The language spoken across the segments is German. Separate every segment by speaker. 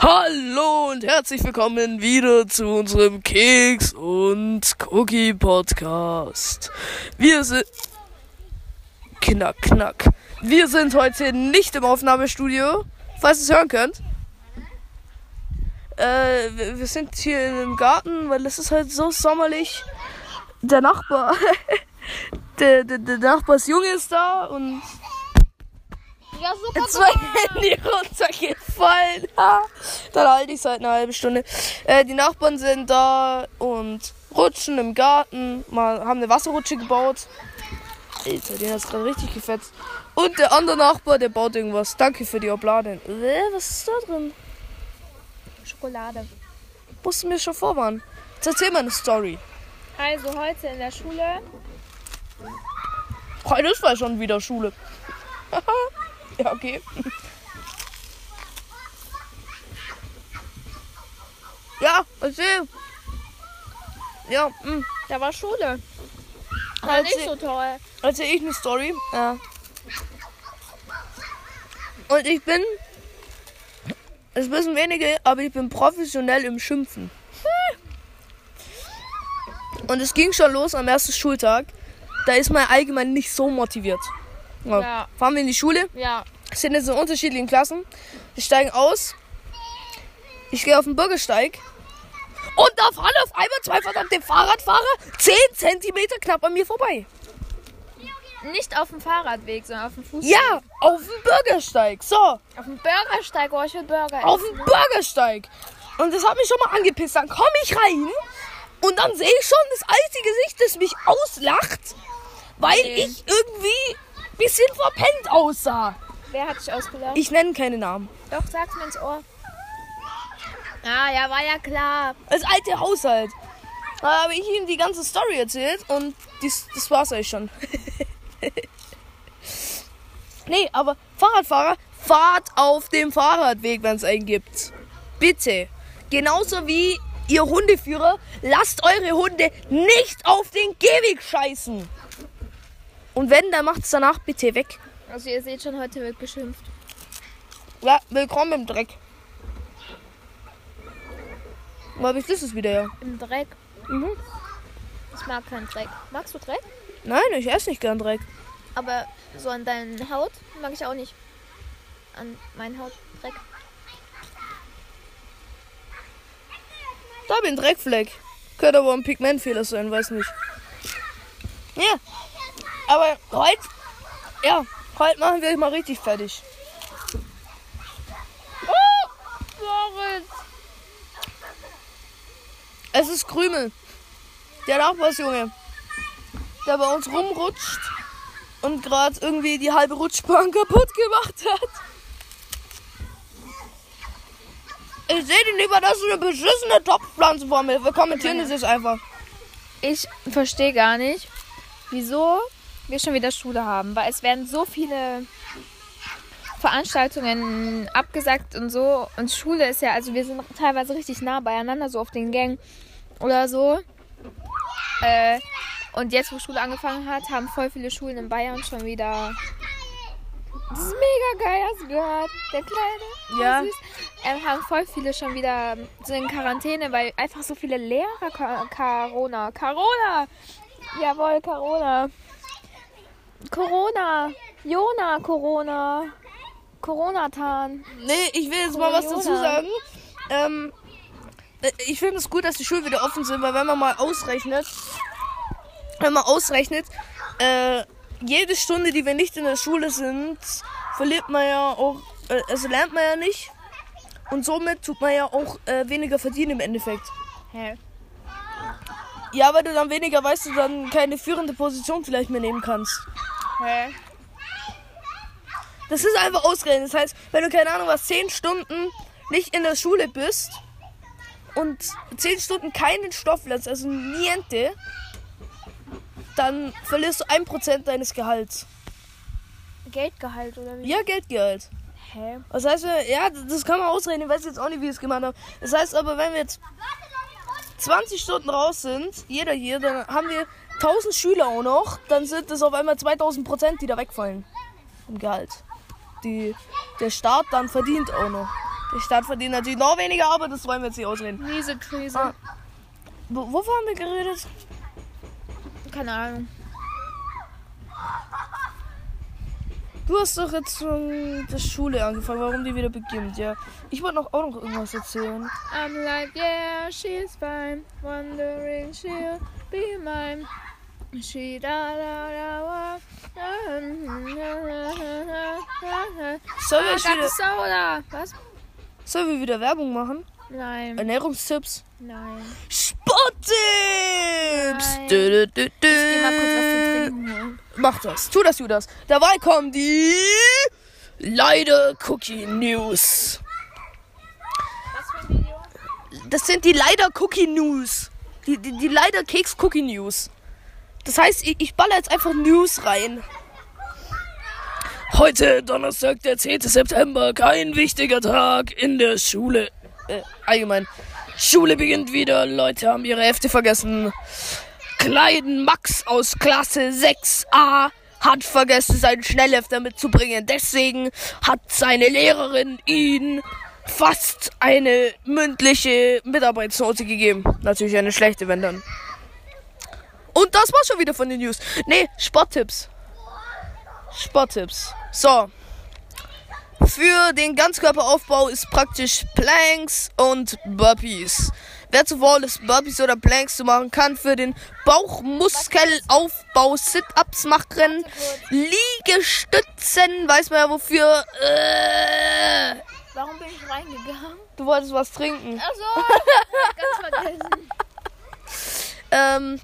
Speaker 1: Hallo und herzlich willkommen wieder zu unserem Keks und Cookie Podcast. Wir sind. Knack, knack. Wir sind heute nicht im Aufnahmestudio, falls ihr es hören könnt. Äh, wir wir sind hier in einem Garten, weil es ist halt so sommerlich. Der Nachbar. der, der, der Nachbarsjunge ist da und
Speaker 2: Ja, super.
Speaker 1: ist mein Handy runtergefallen. Ha. Dann halte ich es halt eine halbe Stunde. Äh, die Nachbarn sind da und rutschen im Garten. Mal haben eine Wasserrutsche gebaut. Alter, den hat's gerade richtig gefetzt. Und der andere Nachbar, der baut irgendwas. Danke für die Obladen. Äh, was ist da drin?
Speaker 2: Schokolade.
Speaker 1: Musst du mir schon vorwarnen. Jetzt erzähl mal eine Story.
Speaker 2: Also heute in der Schule.
Speaker 1: Heute ist ja schon wieder Schule. ja, okay. Ja, erzähl. Ja, mm.
Speaker 2: Da war Schule. War
Speaker 1: Als
Speaker 2: nicht
Speaker 1: ich-
Speaker 2: so toll.
Speaker 1: erzähl ich eine Story. Ja. Und ich bin, es wissen wenige, aber ich bin professionell im Schimpfen. Und es ging schon los am ersten Schultag. Da ist man allgemein nicht so motiviert. Ja.
Speaker 2: Ja.
Speaker 1: Fahren wir in die Schule,
Speaker 2: Ja.
Speaker 1: sind jetzt in unterschiedlichen Klassen. Wir steigen aus. Ich gehe auf den Bürgersteig. Und da fahren auf einmal zwei verdammte Fahrradfahrer 10 Zentimeter knapp an mir vorbei.
Speaker 2: Nicht auf dem Fahrradweg, sondern auf dem Fußweg.
Speaker 1: Ja, auf dem Bürgersteig. So,
Speaker 2: Auf dem Burgersteig, wo ich will Burger essen.
Speaker 1: auf dem Bürgersteig. Und das hat mich schon mal angepisst. Dann komme ich rein und dann sehe ich schon das alte Gesicht, das mich auslacht, weil
Speaker 2: Nee.
Speaker 1: ich irgendwie ein bisschen verpennt aussah.
Speaker 2: Wer hat dich ausgelacht?
Speaker 1: Ich nenne keine Namen.
Speaker 2: Doch, sag's mir ins Ohr. Ah, ja, war ja klar.
Speaker 1: Das alte Haushalt. Da habe ich ihm die ganze Story erzählt und dies, das war's eigentlich schon. nee, aber Fahrradfahrer, fahrt auf dem Fahrradweg, wenn es einen gibt. Bitte. Genauso wie ihr Hundeführer, lasst eure Hunde nicht auf den Gehweg scheißen. Und wenn, dann macht's danach bitte weg.
Speaker 2: Also ihr seht schon, heute wird geschimpft.
Speaker 1: Ja, willkommen im Dreck. Wo hab ich das jetzt wieder her?
Speaker 2: Im Dreck.
Speaker 1: Mhm.
Speaker 2: Ich mag keinen Dreck. Magst du Dreck?
Speaker 1: Nein, ich esse nicht gern Dreck.
Speaker 2: Aber so an deinen Haut mag ich auch nicht. An meinen Haut Dreck.
Speaker 1: Da bin Dreckfleck. Könnte aber ein Pigmentfehler sein, weiß nicht. Ja. Aber heute. Ja, heute machen wir euch mal richtig fertig.
Speaker 2: Oh! Moritz!
Speaker 1: Es ist Krümel. Der Nachbarsjunge. Der bei uns rumrutscht und gerade irgendwie die halbe Rutschbahn kaputt gemacht hat. Ich sehe den lieber, das ist eine beschissene Topfpflanze vor mir. Wir kommentieren das jetzt einfach.
Speaker 2: Ich verstehe gar nicht, wieso wir schon wieder Schule haben, weil es werden so viele Veranstaltungen abgesagt und so. Und Schule ist ja, also wir sind teilweise richtig nah beieinander, so auf den Gängen oder so. Äh, und jetzt, wo Schule angefangen hat, haben voll viele Schulen in Bayern schon wieder. Das ist mega geil, hast du gehört? Der Kleine.
Speaker 1: Ja.
Speaker 2: Süß. Ähm, haben voll viele schon wieder ähm, so in Quarantäne, weil einfach so viele Lehrer Ka- Corona. Corona! Jawohl, Corona. Corona. Jona, Corona. Corona-Tan.
Speaker 1: Nee, ich will jetzt mal was dazu
Speaker 2: Corona.
Speaker 1: sagen. Ähm, äh, ich finde es gut, dass die Schulen wieder offen sind, weil wenn man mal ausrechnet, wenn man ausrechnet, äh, jede Stunde, die wir nicht in der Schule sind, verliert man ja auch, äh, also lernt man ja nicht. Und somit tut man ja auch äh, weniger verdienen im Endeffekt.
Speaker 2: Hä?
Speaker 1: Ja, weil du dann weniger weißt, du dann keine führende Position vielleicht mehr nehmen kannst.
Speaker 2: Hä?
Speaker 1: Das ist einfach ausreden. Das heißt, wenn du keine Ahnung was, 10 Stunden nicht in der Schule bist und 10 Stunden keinen Stoff lernst, also niente, dann verlierst du 1% deines Gehalts.
Speaker 2: Geldgehalt oder wie?
Speaker 1: Ja, Geldgehalt.
Speaker 2: Hä?
Speaker 1: Das heißt, wir- ja, das kann man ausreden. Ich weiß jetzt auch nicht, wie ich es gemacht habe. Das heißt aber, wenn wir jetzt 20 Stunden raus sind, jeder hier, dann haben wir 1000 Schüler auch noch. Dann sind es auf einmal 2000 Prozent, die da wegfallen. Im Gehalt. Die, der Staat dann verdient auch noch. Der Staat verdient natürlich noch weniger, aber das wollen wir jetzt nicht ausreden.
Speaker 2: Miese Krise.
Speaker 1: Ah. Wo- Wovon haben wir geredet?
Speaker 2: Keine Ahnung.
Speaker 1: Du hast doch jetzt schon die Schule angefangen, warum die wieder beginnt, ja. Ich wollte noch auch noch irgendwas erzählen.
Speaker 2: I'm like, yeah, she's fine. Wondering she'll be mine. She da da da da.
Speaker 1: Sollen wir,
Speaker 2: Ah,
Speaker 1: euch wieder,
Speaker 2: Soda. Was?
Speaker 1: sollen wir wieder Werbung machen? Äh,
Speaker 2: Nein.
Speaker 1: Ernährungstipps?
Speaker 2: Nein.
Speaker 1: Sporttipps!
Speaker 2: Nein.
Speaker 1: Dö, dö, dö, dö.
Speaker 2: Geh mal kurz was zu trinken holen.
Speaker 1: Mach das, tu das, Judas. Dabei kommen die Leider Cookie News.
Speaker 2: Was für ein Video?
Speaker 1: Das sind die Leider Cookie News. Die, die, die Leider Keks Cookie News. Das heißt, ich, ich baller jetzt einfach News rein. Heute, Donnerstag, der 10. September, kein wichtiger Tag in der Schule. Äh, allgemein. Schule beginnt wieder, Leute haben ihre Hefte vergessen. Kleiden Max aus Klasse 6a hat vergessen, seinen Schnellhefter mitzubringen. Deswegen hat seine Lehrerin ihn fast eine mündliche Mitarbeitsnote gegeben. Natürlich eine schlechte, wenn dann. Und das war's schon wieder von den News. Nee, Sporttipps. Sporttipps. So. Für den Ganzkörperaufbau ist praktisch Planks und Burpees. Wer zu faul ist, Burpees oder Planks zu machen, kann für den Bauchmuskelaufbau Sit-Ups machen. Liegestützen, weiß man ja wofür. Äh,
Speaker 2: Warum bin ich reingegangen?
Speaker 1: du wolltest was trinken.
Speaker 2: Achso, ganz vergessen.
Speaker 1: Ähm,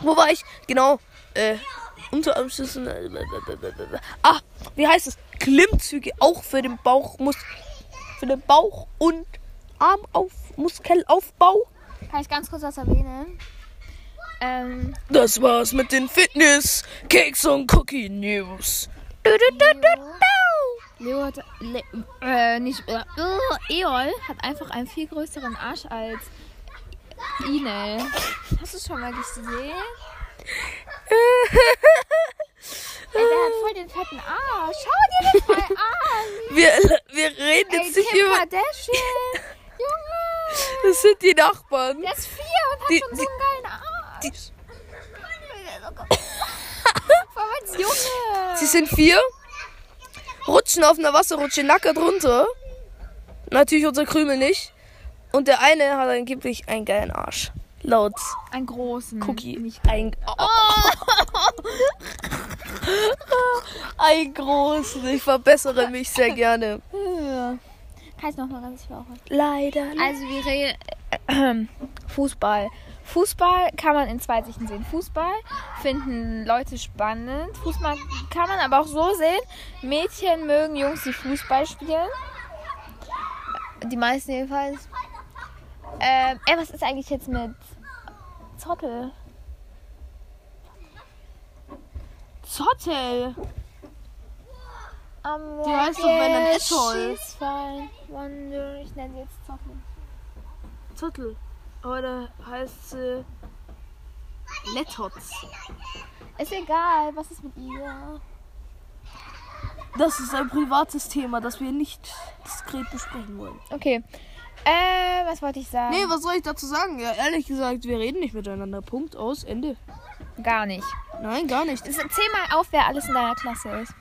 Speaker 1: wo war ich? Genau. Äh, Unterarmschüssen. äh, blablabla. Ah, wie heißt es? Klimmzüge auch für den Bauchmuskel. Für den Bauch- und Armaufmuskelaufbau.
Speaker 2: Kann ich ganz kurz was erwähnen? Ähm,
Speaker 1: Das war's mit den Fitness, Keks und Cookie News.
Speaker 2: Leo hat. Le, äh, nicht. Äh, äh, Eol hat einfach einen viel größeren Arsch als Inel. Hast du es schon mal gesehen? Ey, der hat voll den fetten Arsch. Schau dir das mal an.
Speaker 1: Wir, wir reden
Speaker 2: Ey,
Speaker 1: jetzt nicht
Speaker 2: Kim
Speaker 1: über.
Speaker 2: Kardashian. Junge.
Speaker 1: Das sind die Nachbarn.
Speaker 2: Der ist vier und hat
Speaker 1: Die-
Speaker 2: schon
Speaker 1: die-
Speaker 2: so einen geilen Arsch.
Speaker 1: die-
Speaker 2: Voll was, Junge.
Speaker 1: Sie sind vier, rutschen auf einer Wasserrutsche nackert runter. Natürlich unser Krümel nicht. Und der eine hat angeblich einen geilen Arsch. Laut
Speaker 2: Einen großen.
Speaker 1: Cookie.
Speaker 2: Nicht
Speaker 1: Ein, oh, oh. ein großen. Ich verbessere mich sehr gerne.
Speaker 2: Kann ich nochmal ganz ich war auch was.
Speaker 1: Leider.
Speaker 2: Also wir reden Fußball. Fußball kann man in zwei Sichten sehen. Fußball finden Leute spannend. Fußball kann man aber auch so sehen. Mädchen mögen Jungs, die Fußball spielen. Die meisten jedenfalls. Ähm, ey, was ist eigentlich jetzt mit Zottel?
Speaker 1: Zottel.
Speaker 2: Am
Speaker 1: Die heißt doch Ben and Ethel.
Speaker 2: Wonder, ich nenne sie jetzt Zottel.
Speaker 1: Zottel. Oder heißt sie Lettotz.
Speaker 2: Ist egal, was ist mit ihr?
Speaker 1: Das ist ein privates Thema, das wir nicht diskret besprechen wollen.
Speaker 2: Okay. Äh, was wollte ich sagen?
Speaker 1: Nee, was soll ich dazu sagen? Ja, ehrlich gesagt, wir reden nicht miteinander. Punkt, aus, Ende.
Speaker 2: Gar nicht.
Speaker 1: Nein, gar nicht.
Speaker 2: Es- Zähl mal auf, wer alles in deiner Klasse ist.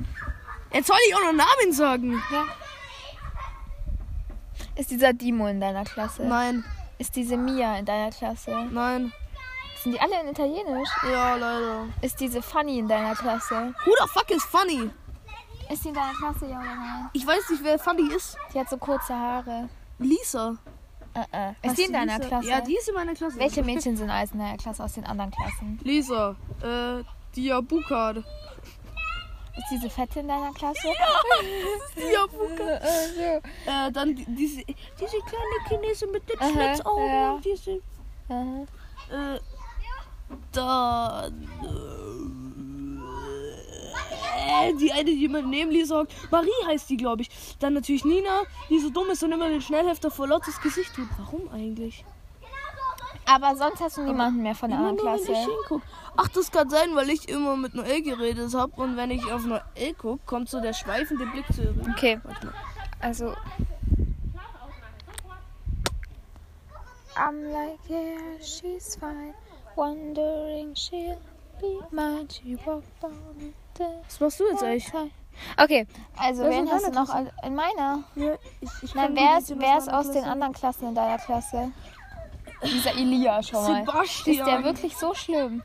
Speaker 1: Jetzt soll ich auch noch Namen sagen.
Speaker 2: Ist dieser Dimo in deiner Klasse?
Speaker 1: Nein,
Speaker 2: Ist diese Mia in deiner Klasse?
Speaker 1: nein.
Speaker 2: Sind die alle in Italienisch?
Speaker 1: Ja, leider.
Speaker 2: Ist diese Fanny in deiner Klasse?
Speaker 1: Who the fuck is funny?
Speaker 2: Ist die in deiner Klasse, ja oder nein?
Speaker 1: Ich weiß nicht, wer funny ist.
Speaker 2: Die hat so kurze Haare.
Speaker 1: Lisa.
Speaker 2: Äh, äh. Ist
Speaker 1: Hast
Speaker 2: die
Speaker 1: du
Speaker 2: in deiner
Speaker 1: Lisa?
Speaker 2: Klasse?
Speaker 1: Ja, die ist in meiner Klasse.
Speaker 2: Welche Mädchen sind alles in deiner Klasse aus den anderen Klassen?
Speaker 1: Lisa. Äh, Diabukard.
Speaker 2: Ist diese Fette in deiner Klasse?
Speaker 1: Diabukard.
Speaker 2: Äh,
Speaker 1: Äh, dann die- diese, diese kleine Chinesin mit den
Speaker 2: Aha,
Speaker 1: Schlitzaugen.
Speaker 2: ja.
Speaker 1: und Diese,
Speaker 2: so. Äh,
Speaker 1: äh, dann... Äh, die eine, die immer neben Lisa hockt. Marie heißt die, glaube ich. Dann natürlich Nina, die so dumm ist und immer den Schnellhefter vor Lottes Gesicht tut. Warum eigentlich?
Speaker 2: Aber sonst hast du niemanden mehr von der
Speaker 1: Immer
Speaker 2: anderen
Speaker 1: nur, wenn ich
Speaker 2: Klasse.
Speaker 1: hinguck. Ach, das kann sein, weil ich immer mit Noel geredet habe und wenn ich auf Noel gucke, kommt so der schweifende Blick zu ihr. rüber.
Speaker 2: Okay,
Speaker 1: Warte mal.
Speaker 2: also I'm like, yeah, she's fine. Wondering she'll be mine. She walked on the
Speaker 1: Was machst du jetzt eigentlich?
Speaker 2: Okay, also
Speaker 1: Wer ist
Speaker 2: wen
Speaker 1: in
Speaker 2: hast du
Speaker 1: deiner
Speaker 2: noch? all- In meiner?
Speaker 1: Ja, ich, ich
Speaker 2: Nein,
Speaker 1: kann
Speaker 2: wer
Speaker 1: die
Speaker 2: ist,
Speaker 1: Videos
Speaker 2: wer ist
Speaker 1: meiner
Speaker 2: aus den
Speaker 1: Klasse
Speaker 2: anderen Klassen in deiner Klasse? Dieser Elia schon mal.
Speaker 1: Sebastian.
Speaker 2: Ist der wirklich so schlimm?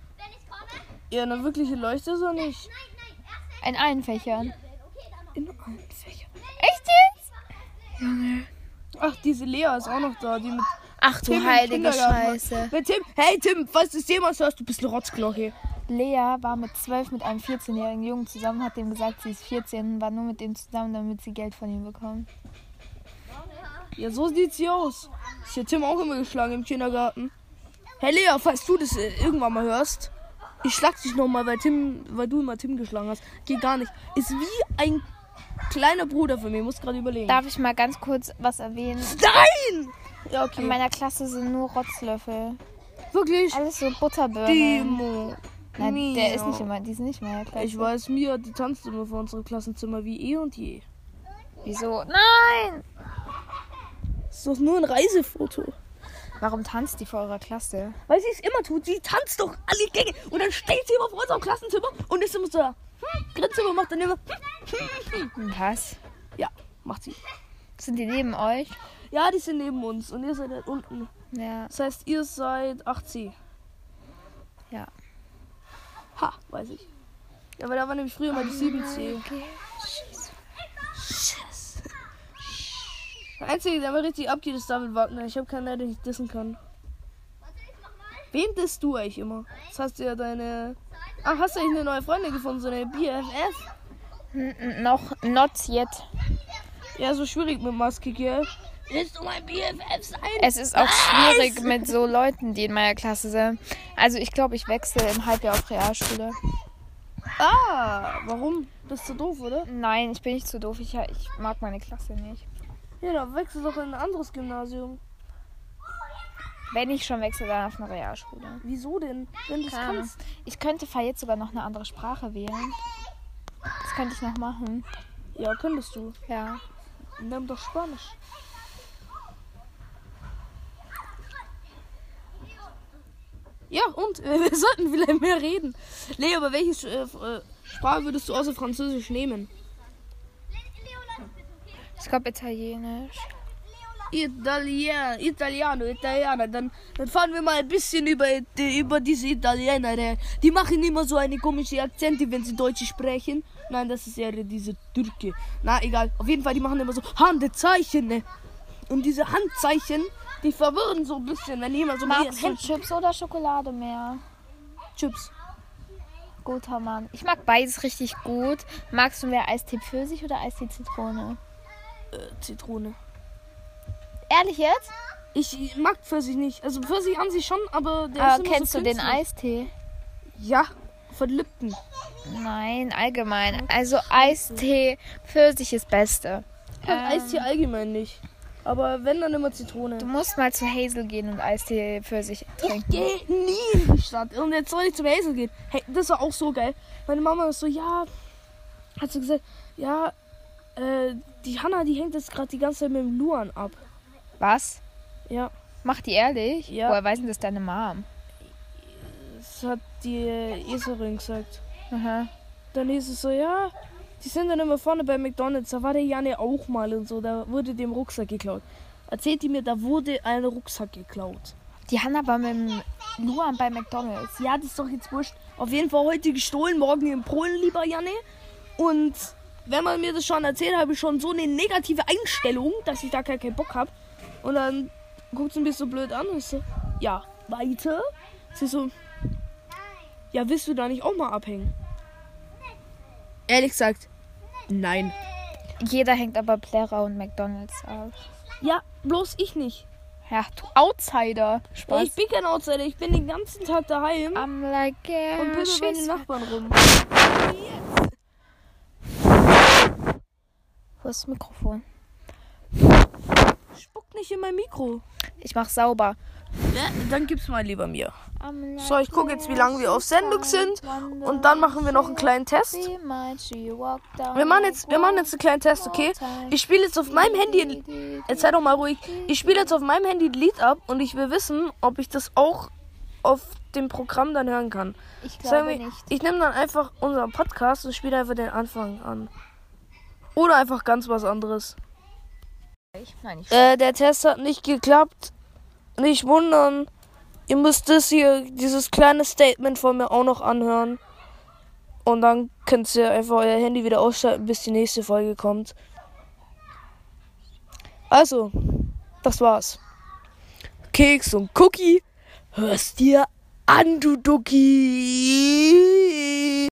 Speaker 1: Ja, eine wirkliche Leuchte so nicht.
Speaker 2: In allen Fächern.
Speaker 1: In allen Fächern.
Speaker 2: Echt jetzt?
Speaker 1: Ach, diese Lea ist auch noch da, die mit,
Speaker 2: Ach du
Speaker 1: Tim im
Speaker 2: heilige
Speaker 1: Kindergarten.
Speaker 2: Scheiße.
Speaker 1: mit Tim. Hey Tim, falls du es jemals hörst, du bist eine Rotzglocke.
Speaker 2: Lea war mit 12 mit einem 14-jährigen Jungen zusammen, hat dem gesagt, sie ist 14, war nur mit dem zusammen, damit sie Geld von ihm bekommt.
Speaker 1: Ja, so sieht sie aus. Ist ja Tim auch immer geschlagen im Kindergarten. Hey Lea, falls du das äh, irgendwann mal hörst, ich schlag dich nochmal, weil Tim, weil du immer Tim geschlagen hast. Geht gar nicht. Ist wie ein kleiner Bruder von mir, muss gerade überlegen.
Speaker 2: Darf ich mal ganz kurz was erwähnen?
Speaker 1: Nein! Ja, okay.
Speaker 2: In meiner Klasse sind nur Rotzlöffel.
Speaker 1: Wirklich?
Speaker 2: Alles so Butterbirnen.
Speaker 1: Demo.
Speaker 2: Nein, der ist
Speaker 1: Mio.
Speaker 2: nicht immer, die sind nicht mehr Klasse.
Speaker 1: Ich weiß, Mia, die tanzt immer vor unserem Klassenzimmer wie eh und je.
Speaker 2: Wieso? Nein!
Speaker 1: Ist doch nur ein Reisefoto.
Speaker 2: Warum tanzt die vor eurer Klasse?
Speaker 1: Weil sie es immer tut. Sie tanzt doch alle Gänge. Und dann steht sie immer vor unserem Klassenzimmer und ist immer so da. Hm, grinst immer, macht dann immer. Hm, hm, hm.
Speaker 2: Was?
Speaker 1: Ja, macht sie.
Speaker 2: Sind die neben euch?
Speaker 1: Ja, die sind neben uns und ihr seid halt unten.
Speaker 2: Ja.
Speaker 1: Das heißt, ihr seid 8C.
Speaker 2: Ja.
Speaker 1: Ha, weiß ich. Ja, weil da war nämlich früher mal die 7C.
Speaker 2: Okay.
Speaker 1: Schiss. Der Einzige, der mal richtig abgeht, ist David Wagner. Ich habe keinen, der dich dissen kann. Wen disst du eigentlich immer? Jetzt hast du ja deine... Ach, hast du eigentlich eine neue Freundin gefunden, so eine BFF?
Speaker 2: N- n- Noch, not yet.
Speaker 1: Ja, so schwierig mit Maske, gell? Willst du mein BFF sein?
Speaker 2: Es ist auch schwierig mit so Leuten, die in meiner Klasse sind. Also ich glaube, ich wechsle im Halbjahr auf Realschule.
Speaker 1: Ah, warum? Bist du doof, oder?
Speaker 2: Nein, ich bin nicht zu doof. Ich, ich mag meine Klasse nicht.
Speaker 1: Ja, dann wechsel doch in ein anderes Gymnasium.
Speaker 2: Wenn ich schon wechsle, dann auf eine Realschule.
Speaker 1: Wieso denn? Wenn du es
Speaker 2: Keine Ahnung.
Speaker 1: kannst.
Speaker 2: Ich könnte fa- jetzt sogar noch eine andere Sprache wählen. Das könnte ich noch machen.
Speaker 1: Ja, könntest du.
Speaker 2: Ja.
Speaker 1: Nimm doch Spanisch. Ja, und äh, wir sollten vielleicht mehr reden. Leo, aber welche äh, F- äh, Sprache würdest du außer Französisch nehmen?
Speaker 2: Ich glaube Italienisch.
Speaker 1: Italien, Italiano, Italiener. Dann, dann fahren wir mal ein bisschen über, die- über diese Italiener. her. Die machen immer so eine komische Akzente, wenn sie Deutsch sprechen. Nein, das ist eher diese Türke. Na, egal. Auf jeden Fall, die machen immer so Handzeichen. Ne? Und diese Handzeichen, die verwirren so ein bisschen, wenn jemand so mit ihren
Speaker 2: Magst du
Speaker 1: Händen
Speaker 2: Chips oder Schokolade mehr?
Speaker 1: Chips.
Speaker 2: Guter Mann. Ich mag beides richtig gut. Magst du mehr Eistee Pfirsich oder Eistee Zitrone?
Speaker 1: Äh, Zitrone.
Speaker 2: Ehrlich jetzt?
Speaker 1: Ich mag Pfirsich nicht. Also Pfirsich an sich schon, aber der ist
Speaker 2: Aber
Speaker 1: immer
Speaker 2: Ah, kennst
Speaker 1: so
Speaker 2: du den
Speaker 1: künstlich.
Speaker 2: Eistee?
Speaker 1: Ja, von Lipton.
Speaker 2: Nein, allgemein. Also Eistee Pfirsich ist Beste.
Speaker 1: Ja, Eistee
Speaker 2: Ähm.
Speaker 1: allgemein nicht. Aber wenn, dann immer Zitrone.
Speaker 2: Du musst mal zu Hazel gehen und Eistee Pfirsich
Speaker 1: Ich
Speaker 2: trinken.
Speaker 1: gehe nie in die Stadt. Und jetzt soll ich zum Hazel gehen. Hey, das war auch so geil. Meine Mama ist so, ja, hat sie gesagt, ja, äh, die Hanna, die hängt jetzt gerade die ganze Zeit mit dem Luan ab.
Speaker 2: Was?
Speaker 1: Ja,
Speaker 2: Mach die ehrlich?
Speaker 1: Ja.
Speaker 2: Woher weiß denn das deine Mom?
Speaker 1: das hat die äh, Eserin gesagt.
Speaker 2: Aha.
Speaker 1: Dann hieß es so, ja, die sind dann immer vorne bei McDonalds. Da war der Janne auch mal und so. Da wurde dem Rucksack geklaut. Erzählt die mir, da wurde ein Rucksack geklaut.
Speaker 2: Die Hanna war mit dem Luan bei McDonalds.
Speaker 1: Ja, das ist doch jetzt wurscht. Auf jeden Fall heute gestohlen, morgen in Polen, lieber Janne. Und wenn man mir das schon erzählt, habe ich schon so eine negative Einstellung, dass ich da gar keinen Bock habe. Und dann guckt sie mich so blöd an und ich so, ja, weiter. Sie so, ja, willst du da nicht auch mal abhängen? Ehrlich gesagt, nein.
Speaker 2: Jeder hängt aber Plärrer und McDonalds auf.
Speaker 1: Ja, bloß ich nicht.
Speaker 2: Ja, du Outsider. Spaß.
Speaker 1: Ich bin kein Outsider, ich bin den ganzen Tag daheim
Speaker 2: I'm like, yeah,
Speaker 1: und bin bei den
Speaker 2: she's-
Speaker 1: Nachbarn rum.
Speaker 2: Wo ist das Mikrofon?
Speaker 1: Spuck nicht in mein Mikro.
Speaker 2: Ich mach sauber.
Speaker 1: Ne? Dann gib's mal lieber mir.
Speaker 2: So,
Speaker 1: So, ich gucke jetzt, wie lange wir auf Sendung sind. Und dann machen wir noch einen kleinen Test. Wir
Speaker 2: Wir
Speaker 1: machen jetzt, wir machen jetzt einen kleinen Test, okay? Ich spiele jetzt auf meinem Handy. Jetzt sei doch mal ruhig. Ich spiele jetzt auf meinem Handy ein Lied ab und ich will wissen, ob ich das auch auf dem Programm dann hören kann.
Speaker 2: Ich
Speaker 1: Sag
Speaker 2: glaube
Speaker 1: mir,
Speaker 2: nicht.
Speaker 1: Ich nehme dann einfach unseren Podcast und spiele einfach den Anfang an. Oder einfach ganz was anderes.
Speaker 2: Ich, nein, ich.
Speaker 1: Äh, der Test hat nicht geklappt. Nicht wundern. Ihr müsst das hier, dieses kleine Statement von mir auch noch anhören. Und dann könnt ihr einfach euer Handy wieder ausschalten, bis die nächste Folge kommt. Also, das war's. Keks und Cookie, hörst dir an, du Ducky.